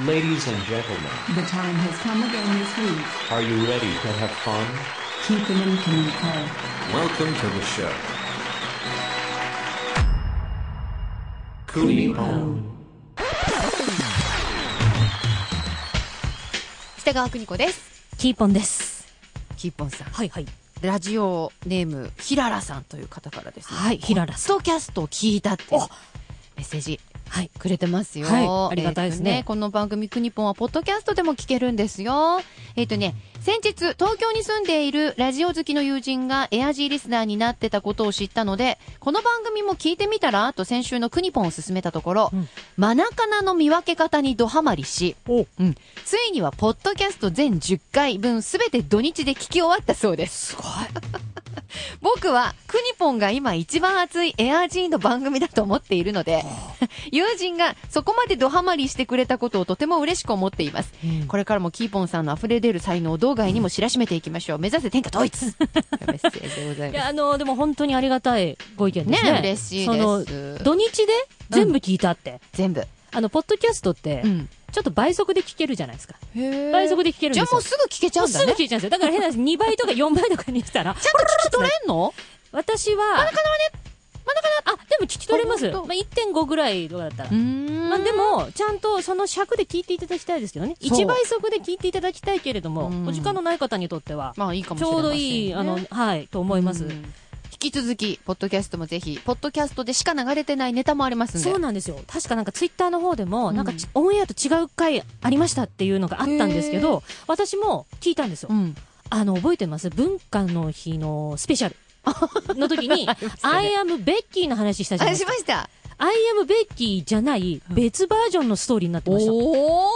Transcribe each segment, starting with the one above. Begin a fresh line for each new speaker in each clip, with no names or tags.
Ladies and gentlemen,
The time has come again this week.
are you ready to have fun?
Keep it in Kimiko.
Welcome to the show. Kunio.
北川邦子です
キーポンです。
キーポンさん
はいはい。
ラジオネームひららさんという方からですね
はい、ひらら
ス
さん。
トキャストを聞いたっていう
お
メッセージ
はい。
くれてますよ、
はいありがたいですね
えーとこの番組「くにぽん」はポッドキャストでも聞けるんですよえっ、とね先日東京に住んでいるラジオ好きの友人がエアジーリスナーになってたことを知ったのでこの番組も聞いてみたらと先週のくにぽんを勧めたところ、
うん
マナカナの見分け方にドハマりし
お、
うん、ついにはポッドキャスト全10回分すべて土日で聞き終わったそうです。すごい。 僕は、クニポンが今一番熱いエアージーの番組だと思っているので、 友人がそこまでドハマりしてくれたことをとても嬉しく思っています。これからもキーポンさんの溢れ出る才能を道外にも知らしめていきましょう。目指せ天下統一 メッセージでござい
い
ま
や、
す。
あの、でも本当にありがたいご意見ですね。
ね嬉しいです
その、土日で全部聞いたって。
全部。
あの、ポッドキャストって、
ん。
ちょっと倍速で聞けるじゃないですか。
へ
倍速で聞けるん
じ
です
ゃ
よ。
あもうすぐ聞けちゃうんだ
も
ね。
うすぐ聞いちゃうんですよ。だから変な話、2倍 とか4倍とかにしたら、
ちゃんと聞き取れんの
私は、真ん中のね、真ん中のあ、でも聞き取れます。
あ
まあ
本、
1.5ぐらいとかだったら。
ん
まあでも、ちゃんとその尺で聞いていただきたいですけどね。
そう
1倍速で聞いていただきたいけれども
うん、
お時間のない方にとっては、
まあいいかもし
ち
れま
ょ
せね
うんどいい、あの、はい、と思います
うん。引き続き、ポッドキャストもぜひ、ポッドキャストでしか流れてないネタもありますんで。
そうなんですよ。確かなんかツイッターの方でも、
うん
なんかちオンエアと違う回ありましたっていうのがあったんですけど、私も聞いたんですよ。
うん。
あの、覚えてます文化の日のス ペシャル。の時に、
あ
I
れ
am ベッキーの話したじゃ
あ、
ないです
し
か。
ました。
I am ベッキーじゃない別バージョンのストーリーになってました。
おー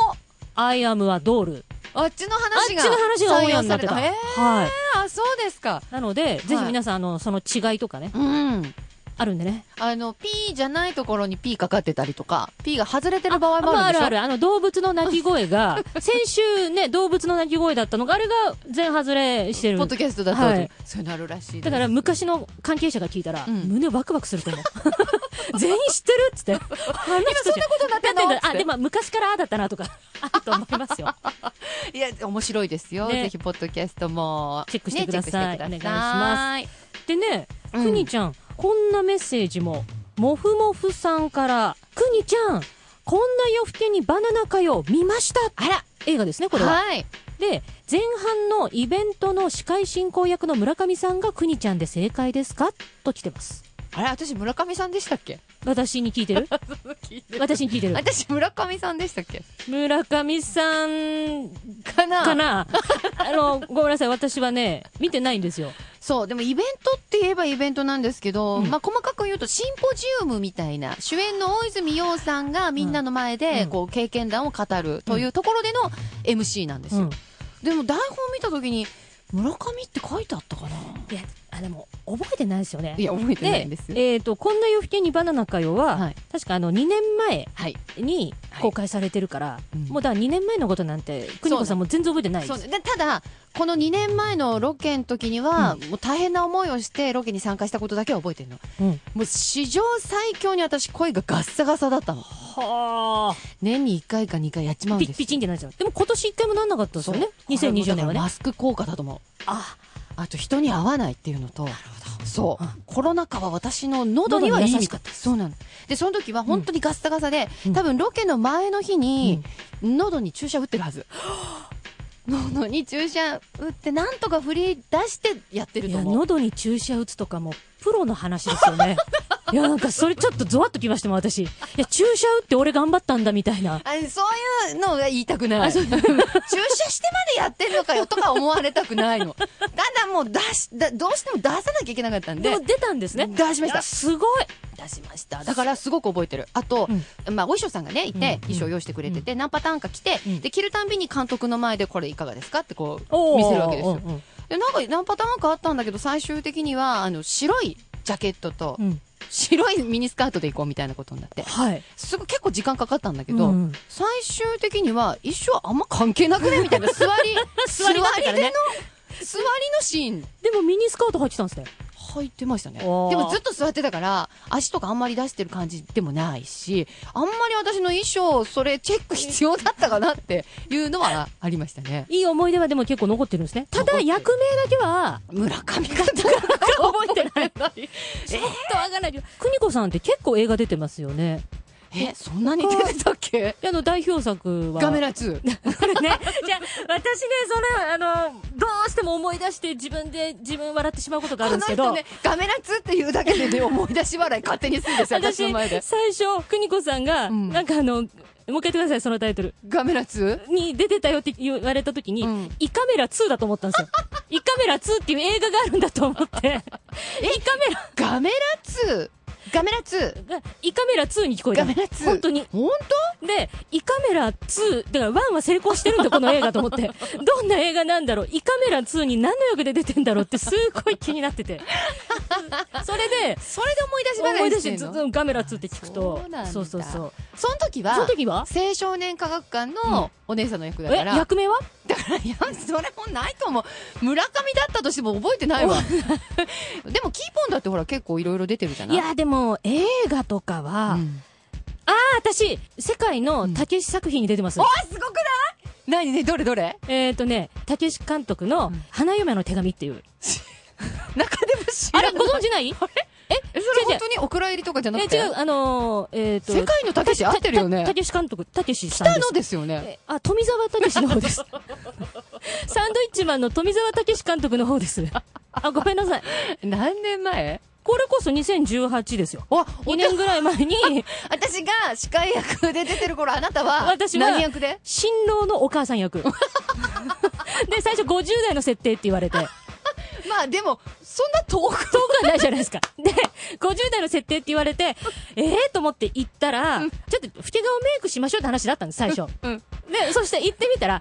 I am はドール。
あっちの
あっ
話
ち
が。
の話がオンエアになってた。
採用されへー
はい。
あ、そうですか。
なので、ぜひ皆さん、あの、その違いとかね、
うん。
あるんでね。
あの、P じゃないところに P かかってたりとか、P が外れてる場合もあるんでしょ
まあ、あるある。あの、動物の鳴き声が、 先週ね、動物の鳴き声だったのが、あれが全外れしてる
ポッ。ドキャストだと、
はい
そういうのあるらしいです
だから、昔の関係者が聞いたら、
うん
胸バクバクすると思う。 全員知ってるっつって。あの人そんなことなって
んの
だあ、でも昔からああだったなとか、 あると思いますよ。
いや、面白いですよ。
ね
ぜひ、ポッドキャストも。
チェックしてください
ねチェックしてくだ
お願
さいします。
でね、
うん
くにちゃん、こんなメッセージも、もふもふさんから、くにちゃん、こんな夜更けにバナナかよ、見ましたあら映画ですね、これは。
はい。
で、前半のイベントの司会進行役の村上さんがくにちゃんで正解ですかと来てます。
あれ、私、村上さんでしたっけ
私に聞い てる私に聞いてる。
私、村上さんでしたっけ
村上さん
かな
かなあの、ごめんなさい。私はね、見てないんですよ。
そう、でもイベントって言えばイベントなんですけど、
うん
まあ細かく言うとシンポジウムみたいな、主演の大泉洋さんがみんなの前で、
うん
こう経験談を語るというところでの MC なんです
う
よ。
ん。
でも台本見た時に、村上って書いてあったかない
や、あ、でも、覚えてないですよね。
いや、覚えてないんですよ。
えっ、と、こんな夜更けにバナナかよは、
はい
確かあの、2年前
はい。
に公開されてるから、
うん
もうだから2年前のことなんて、邦子さんも全然覚えてないで
そう
す。
でただ、この2年前のロケの時には、もう大変な思いをしてロケに参加したことだけは覚えてるの。
うん
もう史上最強に私声がガッサガサだったの。
は
年に1回か2回やっちまう
あ。
ん
ピ
です
ッ
よ
ピチンってなっちゃう。でも今年一回もなんなかったですよね。2020年はね。
マスク効果だと思う。
あ、
あと人に会わないっていうのと、そう、コロナ禍は私の喉には
喉に
いい
優しかった
そうなの。で、その時は本当にガッサガサで、
うん
多分ロケの前の日に、喉に注射打ってるは ず。喉に注射打って、なんとか振り出してやってる
い
と
や、
思う。
喉に注射打つとかも、プロの話ですよね。 いや、なんかそれちょっとゾワッときましたもん、私。いや、注射打って俺頑張ったんだ、みたいな。
あそういうのが言いたくない。注射してまでやってるのかよとか思われたくない の。ただもう出し、だどうしても出さなきゃいけなかったんで。
でも出たんですね。
出しました
いやすごい。
出しましただからすごく覚えてるあと、まあ、お衣装さんがねいて、
うん
衣装用意してくれてて、何パターンか来て、
うん
で着るたんびに監督の前でこれいかがですかってこ
お
う
ー
見せるわけですよ
うんうん
でなんか何パターンかあったんだけど最終的にはあの白いジャケットと
うん。
白いミニスカートで行こうみたいなことになって
はい。
すごい結構時間かかったんだけど、
うん
最終的には衣装あんま関係なくねみたい な座り
座りだったからね
座りでの座りのシーン
でもミニスカート履いてたんですね。
履いてましたね。で
おー
もずっと座ってたから、足とかあんまり出してる感じでもないし、あんまり私の衣装、それチェック必要だったかなっていうのはありましたね。
いい思い出はでも結構残ってるんですね。ただ、
残ってる
役名だけは、
村上が覚えてない。
ちょっとわからないけど、邦子さんって結構映画出てますよね。
え、そんなに出てたっけ
あの、代表作は。
ガメ
ラ。
ラ2。
ね。じゃあ、私ね、その、あの、どうしても思い出して自分で、自分笑ってしまうことがあるんですけ
こ
ど、
の人ね、ガメラ2っていうだけでね、思い出し笑い勝手にするんですよ、私の
私
前で、。
最初、邦子さんが、
うん
なんかあの、もう一回言ってください、そのタイトル。
ガメラ 2?
に出てたよって言われた時に、
うん
イカメラ2だと思ったんですよ。 イカメラ2っていう映画があるんだと 思って、イカメ
ガメラ 2? ガメラ 2?
ラが、イカメラ2に聞こえた
ガ
の。
メラ 2?
本当に。
本
で、イカメラ2、だから1は成功してるんだ、この映画と 思って。どんな映画なんだろうイカメラ2に何の役で出てんだろうってすごい気になってて。それで、
当それで思い出し
思
笑
い
い
出
し
してて、
ん
ずっ
の
とガメラ2って聞くと。
そうなんだ
そうそうそう。
その時は、
その時は
青少年科学館
うん
のお姉さんの役だ
え
から、、
役名は
だから、いや、それもないと思う。村上だったとしても覚えてないわ。でも、キーポンだってほら、結構いろいろ出てるじゃない
いや、でも、映画とか
う
は、
ん
私、世界のたけし作品に出てます。
おいすごくない何ね、どれどれ
えっ、ー、とね、たけし監督の
うん、
花嫁の手紙っていう。
中でも知
あ
らない。
れ、ご存知ない
え、それ本当にお蔵入りとかじゃなく
え、
て
違う、あのー、えっ、ー、と、
世界のたけし合ってるよ
た
ね
た。けし監督、たけしさ
北
んです
野。ですよね。
えあ、富澤たけしの方 です。サンドイッチマンの富澤たけし監督の方です。あ、ごめんなさい。
何年前
これこそ2018ですよ。
わ、
2
お
年ぐらい前に、
私が司会役で出てる頃、あなたは、
私は
何役で
新郎のお母さ ん役。で、最初50代の設定って言われて、遠
まあでも、そんな遠く
くはないじゃないですか。で、50代の設定って言われて、ええー、と思って行ったら、ちょっと老け顔メイクしましょうって話だったんです、最初。
うん
で、そして行ってみたら、あ、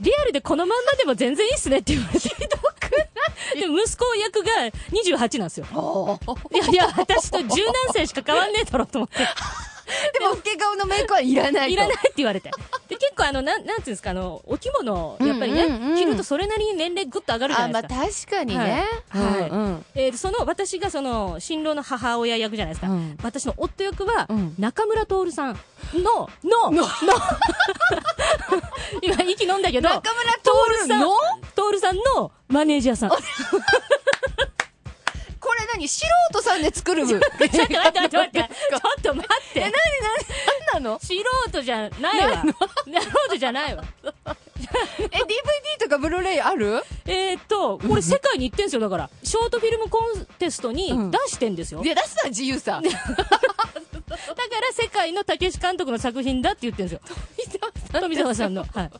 リアルでこのまんまでも全然いいっすねって言われて。ひどくないで、息子役が28なんですよ。
おー
いやいや、私と十何歳しか変わんねえだろうと思って。
でも、老け顔のメイクはいらないと。
いらないって言われて。で、結構あの、なん、なんていうんですか、あの、お着物、やっぱり
うんうんう
ね、
ん
着るとそれなりに年齢ぐっと上がるじゃ
あ、
な
ま
い
あ
ですか。
確かにね。
はいはい
うん
えーその、私がその、新郎の母親役じゃないですか。
うん
私の夫役は
うん、
中村徹さんの、の、の、 今、息飲んだけど、
中村徹さんの
徹さんのマネージャーさん。ちょっ
これ何素人さんで作るちょっ
と待って待って 待って、ちょっと待って。
何なの
素人じゃないわ。素人じゃないわ。
え、DVD とかブルーレイある
えー、っと、これ世界に行ってんすよ、だから。ショートフィルムコンテストに
うん
出してんですよ。
いや、出すのは自由さ。
だから世界の武志監督の作品だって言ってん ですよ。富澤さんの。はい。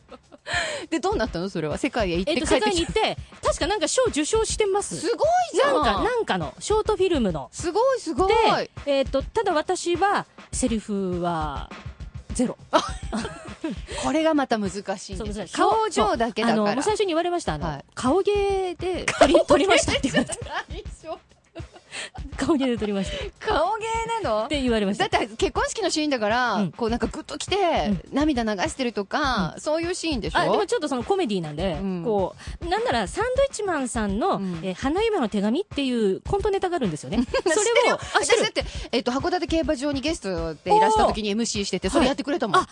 で、どうなったのそれは。世界へ行っ
えー
て
っと、
帰
世
って
界
き
に行って、確かなんか賞受賞してま
た。
す。
すごいじゃ。
なんんか、なんかの、ショートフィルムの。
すごいすごい。
で、えーっと、ただ私は、セリフは、ゼロ。
これがまた難しいんですよ
そう難しい
表情だけだ
あ
か
の、もう
ら。
最初に言われました。あの、
はい
顔芸で撮り、撮りました って言われて。顔芸で撮りました。っ
顔芸なの
て言われまし
だっ。
た
て結婚式のシーンだから、
うん
こうなんかグッときて、涙流してるとか、そういうシーンでしょ
あでもちょっとそのコメディなんで、
うん
こうなんならサンドイッチマンさんの「
うん
えー花嫁の手紙」っていうコントネタがある んですよねそれをあ知っ
私
て
だ
る
って、えっと、函館競馬場にゲストでいらした時に MC してて、それやってくれたもん。
はい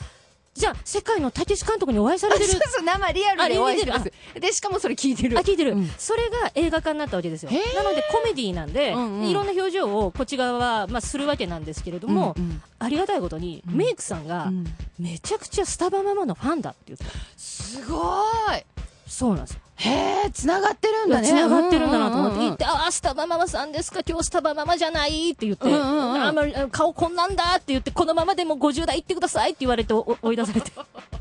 じゃあ世界のたけし監督にお会いさ
あ
れて
そう
る
そう、生リアルでお会いしてま
あ
す。で、しかもそれ聞いてる。
あ聞いてる、
うん
それが映画化になったわけですよ
へー
なのでコメディなんで、
うんうん
いろんな表情をこっち側は、まあ、するわけなんですけれども、
うんうん
ありがたいことに、
うん
メイクさんが、
うん
めちゃくちゃスタバママのファンだって言って
すごい
そうなんですよ
へえ、繋がってるんだね。
つながってるんだなと思って、
うんうんうん
行って、ああ、スタバママさんですか、今日スタバママじゃないって言って、
うんうんうん
あまりあ顔こんなんだって言って、このままでも50代行ってくださいって言われてお お追い出されて、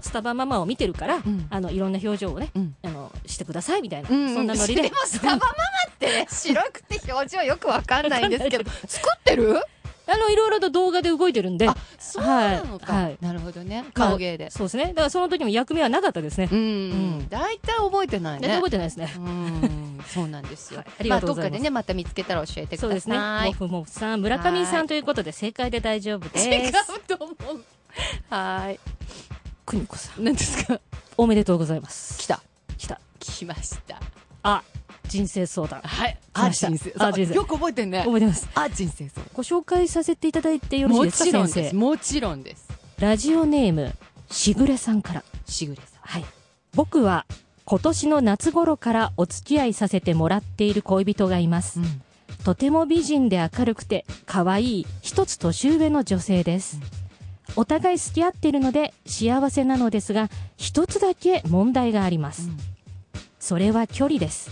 スタバママを見てるから、
ん
あの、いろんな表情をね、
うん
あの、してくださいみたいな、
うんうん
そんなノリで。
もスタバママってね、白くて表情よくわかんないんですけど、作ってる
あの、いろいろと動画で動いてるんで、
あ、そうなのか。
はいはい
なるほどね。
まあ
顔芸で。
そうですね。だからその時も役目はなかったですね。
う
うん
ん。大体覚えてない
で
ね
覚え。てないですね
う。ん。そうなんですよ
はい。ありがとうござい
あど
ます
っかでね、また見つけたら教えて
そ
く
うで
だ
すね。
さ
も
い。
ふもふさん、村上さんということで、正解で大丈夫です。
違うと思う。はーい。
くにこさん、
何ですか
おめでとうございます。
来た。
来た。
来ました。
あ、人生相談。
はい。
あ来ました
アーチン先生。
アーチン先生
よく覚えてんね。
覚えてます。
アーチン先生。
ご紹介させていただいてよろしい
も
です
ち
か
ろん
先
です。
生。
もちろんです。
ラジオネーム、しぐれさんから。
しぐれさん。
はい。僕は今年の夏頃からお付き合いさせてもらっている恋人がいます。
うん
とても美人で明るくて可愛い一つ年上の女性です。お互い付き合っているので幸せなのですが、一つだけ問題があります。それは距離です。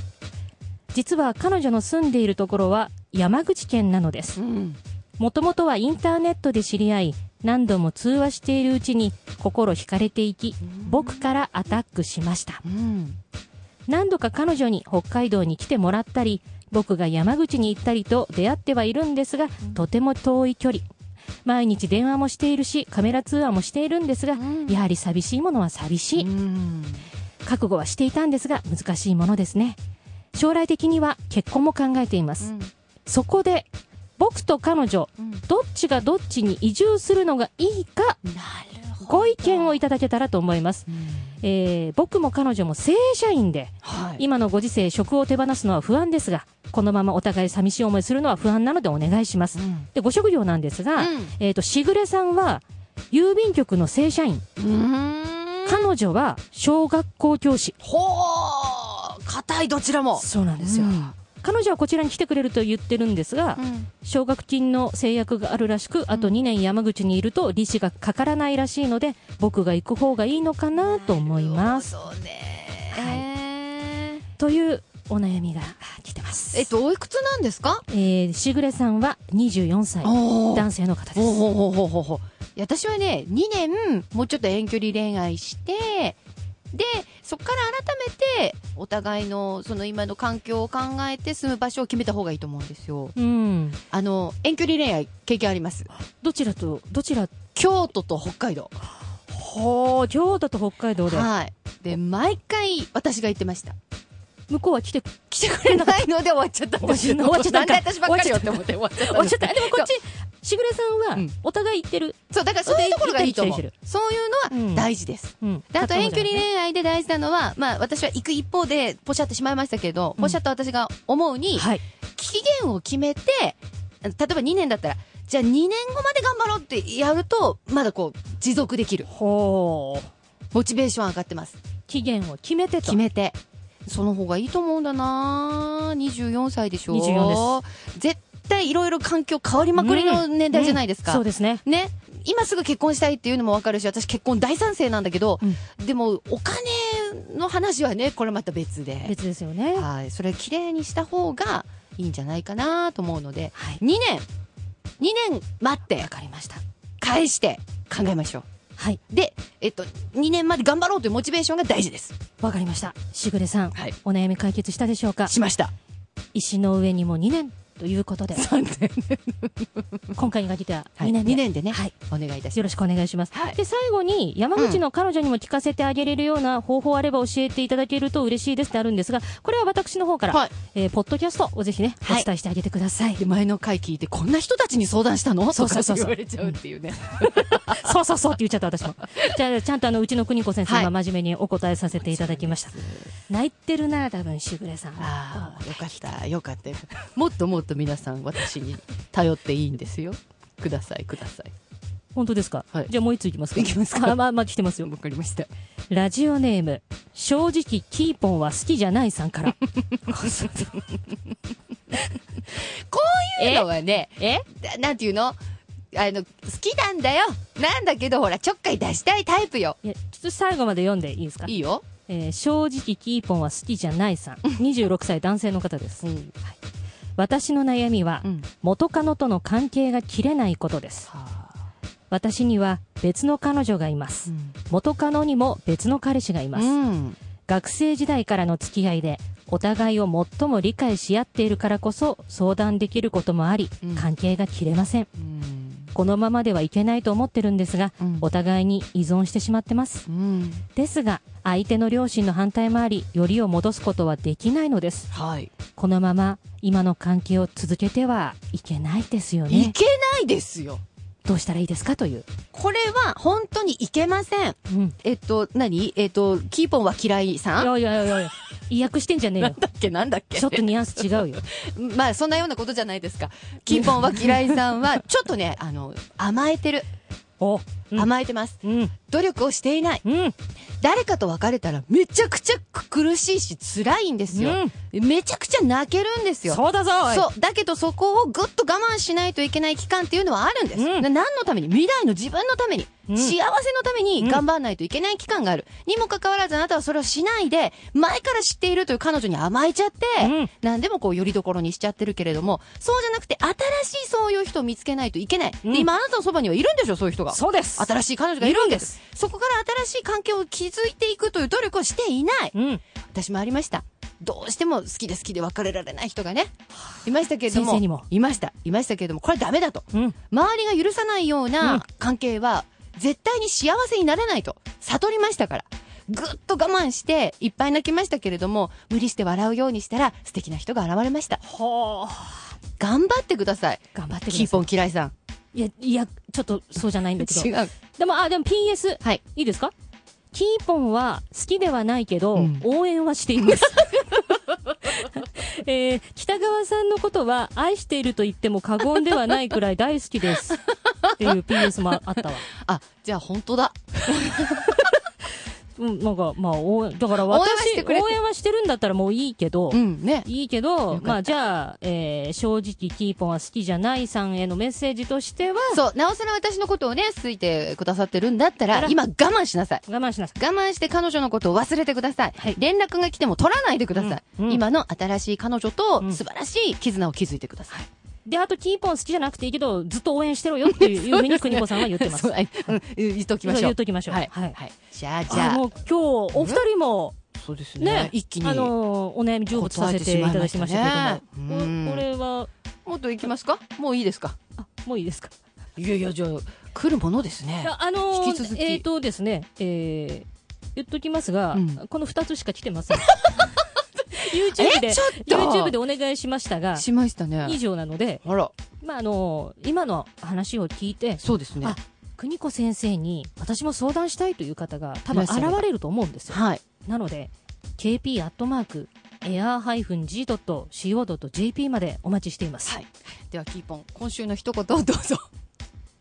実は彼女の住んでいるところは山口県なのです。
うん。
もともとはインターネットで知り合い、何度も通話しているうちに心惹かれていき、僕からアタックしました。
うん。
何度か彼女に北海道に来てもらったり、僕が山口に行ったりと出会ってはいるんですが、とても遠い距離。毎日電話もしているし、カメラ通話もしているんですが、
ん
やはり寂しいものは寂しい。
うん。
覚悟はしていたんですが、難しいものですね。将来的には結婚も考えています。そこで、僕と彼女、
うん
どっちがどっちに移住するのがいいか、
なるほど。
ご意見をいただけたらと思います。えー僕も彼女も正社員で、
はい。
今のご時世、職を手放すのは不安ですが、このままお互い寂しい思いするのは不安なのでお願いします。
うん
で、ご職業なんですが、
うん
えっ、と、しぐれさんは、郵便局の正社員、
うーん。
彼女は小学校教師。
ほー硬いどちらも。
そうなんですよ。
うん
彼女はこちらに来てくれると言ってるんですが、
うん
奨学金の制約があるらしく、あと2年山口にいると利子がかからないらしいので、僕が行く方がいいのかなと思います。
なるほどね。
はい
えー
というお悩みがあ来てます。
えっ、と、おいくつなんですか
えー、しぐれさんは24歳、
おー
男性の方で
ほう
す。
ほうほうほうほうほういや私はね2年もうちょっと遠距離恋愛してでそこから改めてお互いのその今の環境を考えて住む場所を決めた方がいいと思うんですよ
うん。
あの遠距離恋愛経験あります
どちらと、どちら、
京都と北海道
ほう、京都と北海道で、
はいで毎回私が言ってました
向こうは来て、
来てくれ ないので終わっちゃったんですよ
終わっちゃった
なんで私ばっかりよって思って終わっちゃった
おちょっと、でもこっち、しぐれさ
うんん
は、お互い行ってる。
そうだからそういうところがいいと思
行ったり
うそういうのは大事です、
うん。
であと遠距離
ね。
恋愛で大事なのは、まあ私は行く一方でポシャってしまいましたけど、
うん
ポシャっと私が思うに、
はい。
期限を決めて、例えば2年だったら、じゃあ2年後まで頑張ろうってやると、まだこう、持続できる。
ほう。
モチベーション上がってます。
期限を決めてと。
決めて。その方がいいと思うんだな24歳でしょ
24
です。絶対いろいろ環境変わりまくりの年代じゃないですか。
そうですね。
ね、今すぐ結婚したいっていうのもわかるし、私結婚大賛成なんだけど、でもお金の話はね、これまた別で。
別ですよね。
はい。それ綺麗にした方がいいんじゃないかなと思うので、
はい。
2年、2年待って
わ、かりました。
返して考えましょ
はい。
う。で、えっと、2年まで頑張ろうというモチベーションが大事です。
わかりました。しぐれさん、
はい
お悩み解決したでしょうか
しました。
石の上にも2年ということで、
3年。
今回に限っては
はい、
2年で。
2年でね、
はい。
お願いいたし
よろしくお願いします。
はい
で、最後に、山口の彼女にも聞かせてあげれるような方法あれば教えていただけると嬉しいですってあるんですが、これは私の方から、
はい
えーポッドキャストをぜひね、
はい
お伝えしてあげてください
ます。。で、前の回聞いて、こんな人たちに相談したの
そうそうそう
と
そう
かって言われちゃうっていうね。
そうそうそうって言っちゃった私も。じゃあ、ちゃんとあの、うちの邦子先生
はい
が真面目にお答えさせていただきました。泣いてるな、多分、しぐれさんは。
ああ、よかった、よかった。もっともっと皆さん、私に頼っていいんですよ。ください、ください。
本当ですか、
はい
じゃあもう一ついきますか。
いきますか
あ、まあ、まあ、来てますよ
わ。かりました。
ラジオネーム、正直、キーポンは好きじゃないさんから。
こういうのはね、
え
だなんていうのあの、好きなんだよ。なんだけど、ほら、ちょっかい出したいタイプよ。
いや、ちょっと最後まで読んでいいですか
いいよ。
えー正直、キーポンは好きじゃないさん。26歳男性の方です。
ん。
私の悩みは、
うん
元カノとの関係が切れないことです。私には別の彼女がいます。元カノにも別の彼氏がいます。
うん。
学生時代からの付き合いでお互いを最も理解し合っているからこそ相談できることもあり、
うん
関係が切れません
うん。
このままではいけないと思ってるんですが、
うん
お互いに依存してしまってます
うん。
ですが相手の両親の反対もありよりを戻すことはできないのです
はい。
このまま今の関係を続けてはいけないですよ
い
ね
けないですよ。
どうしたらいいですかという、
これは、本当にいけません。
うん、
えっと、何えっと、キーポンは嫌いさん
いやいやいやいや意訳してんじゃねえ
な
よ
ん。だっけなんだっけ
ちょっとニュアンス違うよ。
まあ、そんなようなことじゃないですか。キーポンは嫌いさん は、ちょっとね、あの、甘えてる。
お、うん
甘えてます。
うん、
努力をしていない。
うん、
誰かと別れたら、めちゃくちゃ苦しいし、辛いんですよ。めちゃくちゃ泣けるんですよ。
そうだぞ、おい
そう。だけどそこをぐっと我慢しないといけない期間っていうのはあるんです。
うん
な何のために未来の自分のために、
うん
幸せのために頑張らないといけない期間がある。にもかかわらずあなたはそれをしないで、前から知っているという彼女に甘えちゃって、
うん
何でもこう、よりどころにしちゃってるけれども、そうじゃなくて新しいそういう人を見つけないといけない。で
うん
今あなたのそばにはいるんでしょ、そういう人が。
そうです。
新しい彼女がいるんです。そこから新しい関係を築いていくという努力をしていない。
うん。
私もありました。どうしても好きで好きで別れられない人がね、いましたけれども。
先生にも
いました。いましたけれども、これはダメだと。
うん。
周りが許さないよう
うん
な関係は、絶対に幸せになれないと。悟りましたから。ぐっと我慢して、いっぱい泣きましたけれども、無理して笑うようにしたら、素敵な人が現れました。
ほー。
頑張ってください。
頑張ってください。
キーポン嫌いさん。
いや、いや、ちょっとそうじゃないんだけど。
違う。
でも、あ、でも PS、
はい。
いいですかキーポンは好きではないけど、
うん
応援はしています。 えー、北川さんのことは愛していると言っても過言ではないくらい大好きです。っていう PS もあったわ。
あ、じゃあ本当だ。
うん、なんか、まあ、応援、だから
応援は
私、
してくれて
応援はしてるんだったらもういいけど、
うん、ね。
いいけ
か
ど、
った
まあ、じゃあ、えー、正直キーポンは好きじゃないさんへのメッセージとしては、
そう、なおさら私のことをね、好いてくださってるんだった
あ
ら
ら、
今我慢しなさい。
我慢しなさい。
我慢して彼女のことを忘れてください。
はい
連絡が来ても取らないでください。
うんうん
今の新しい彼女と
うん
素晴らしい絆を築いてください。
で、あと、キーポン好きじゃなくていいけど、ずっと応援してろよっていうふうに、邦子さんは言ってます
そう。はいうん言っときましょう。
言っときましょう
はい。
はい
はいじゃあ、じ
じゃ
ゃ
あ、
あ
も、う今日、お二人も、
そうです
ね、
一気に。
あのー、お悩み成仏させていただきまし
答えてしまいまし
たけども、
たね
おこれは、
もっと行きますかもういいですか
あ、もういいですか。
いやいや、じゃあ、来るものですね
い。やあのー、
引き続き
えっ、とですね、えー、言っときますが、
うん
この二つしか来てま せん。YouTube で
えちょっ、と
YouTube でお願いしましたが、
しましたね。
以上なので、
あら、
まあ、あのー、今の話を聞いて、
そうですね
あ。邦子先生に私も相談したいという方が多分
いらっしゃれば
現れると思うんですよ。
はい。
なので、kp アットマーク air-g.co.jp までお待ちしています。
はい。では、キーポン、今週の一言をどうぞ。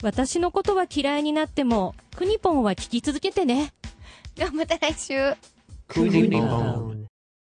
私のことは嫌いになっても、クニポンは聞き続けてね。
では、また来週。
Kunipon.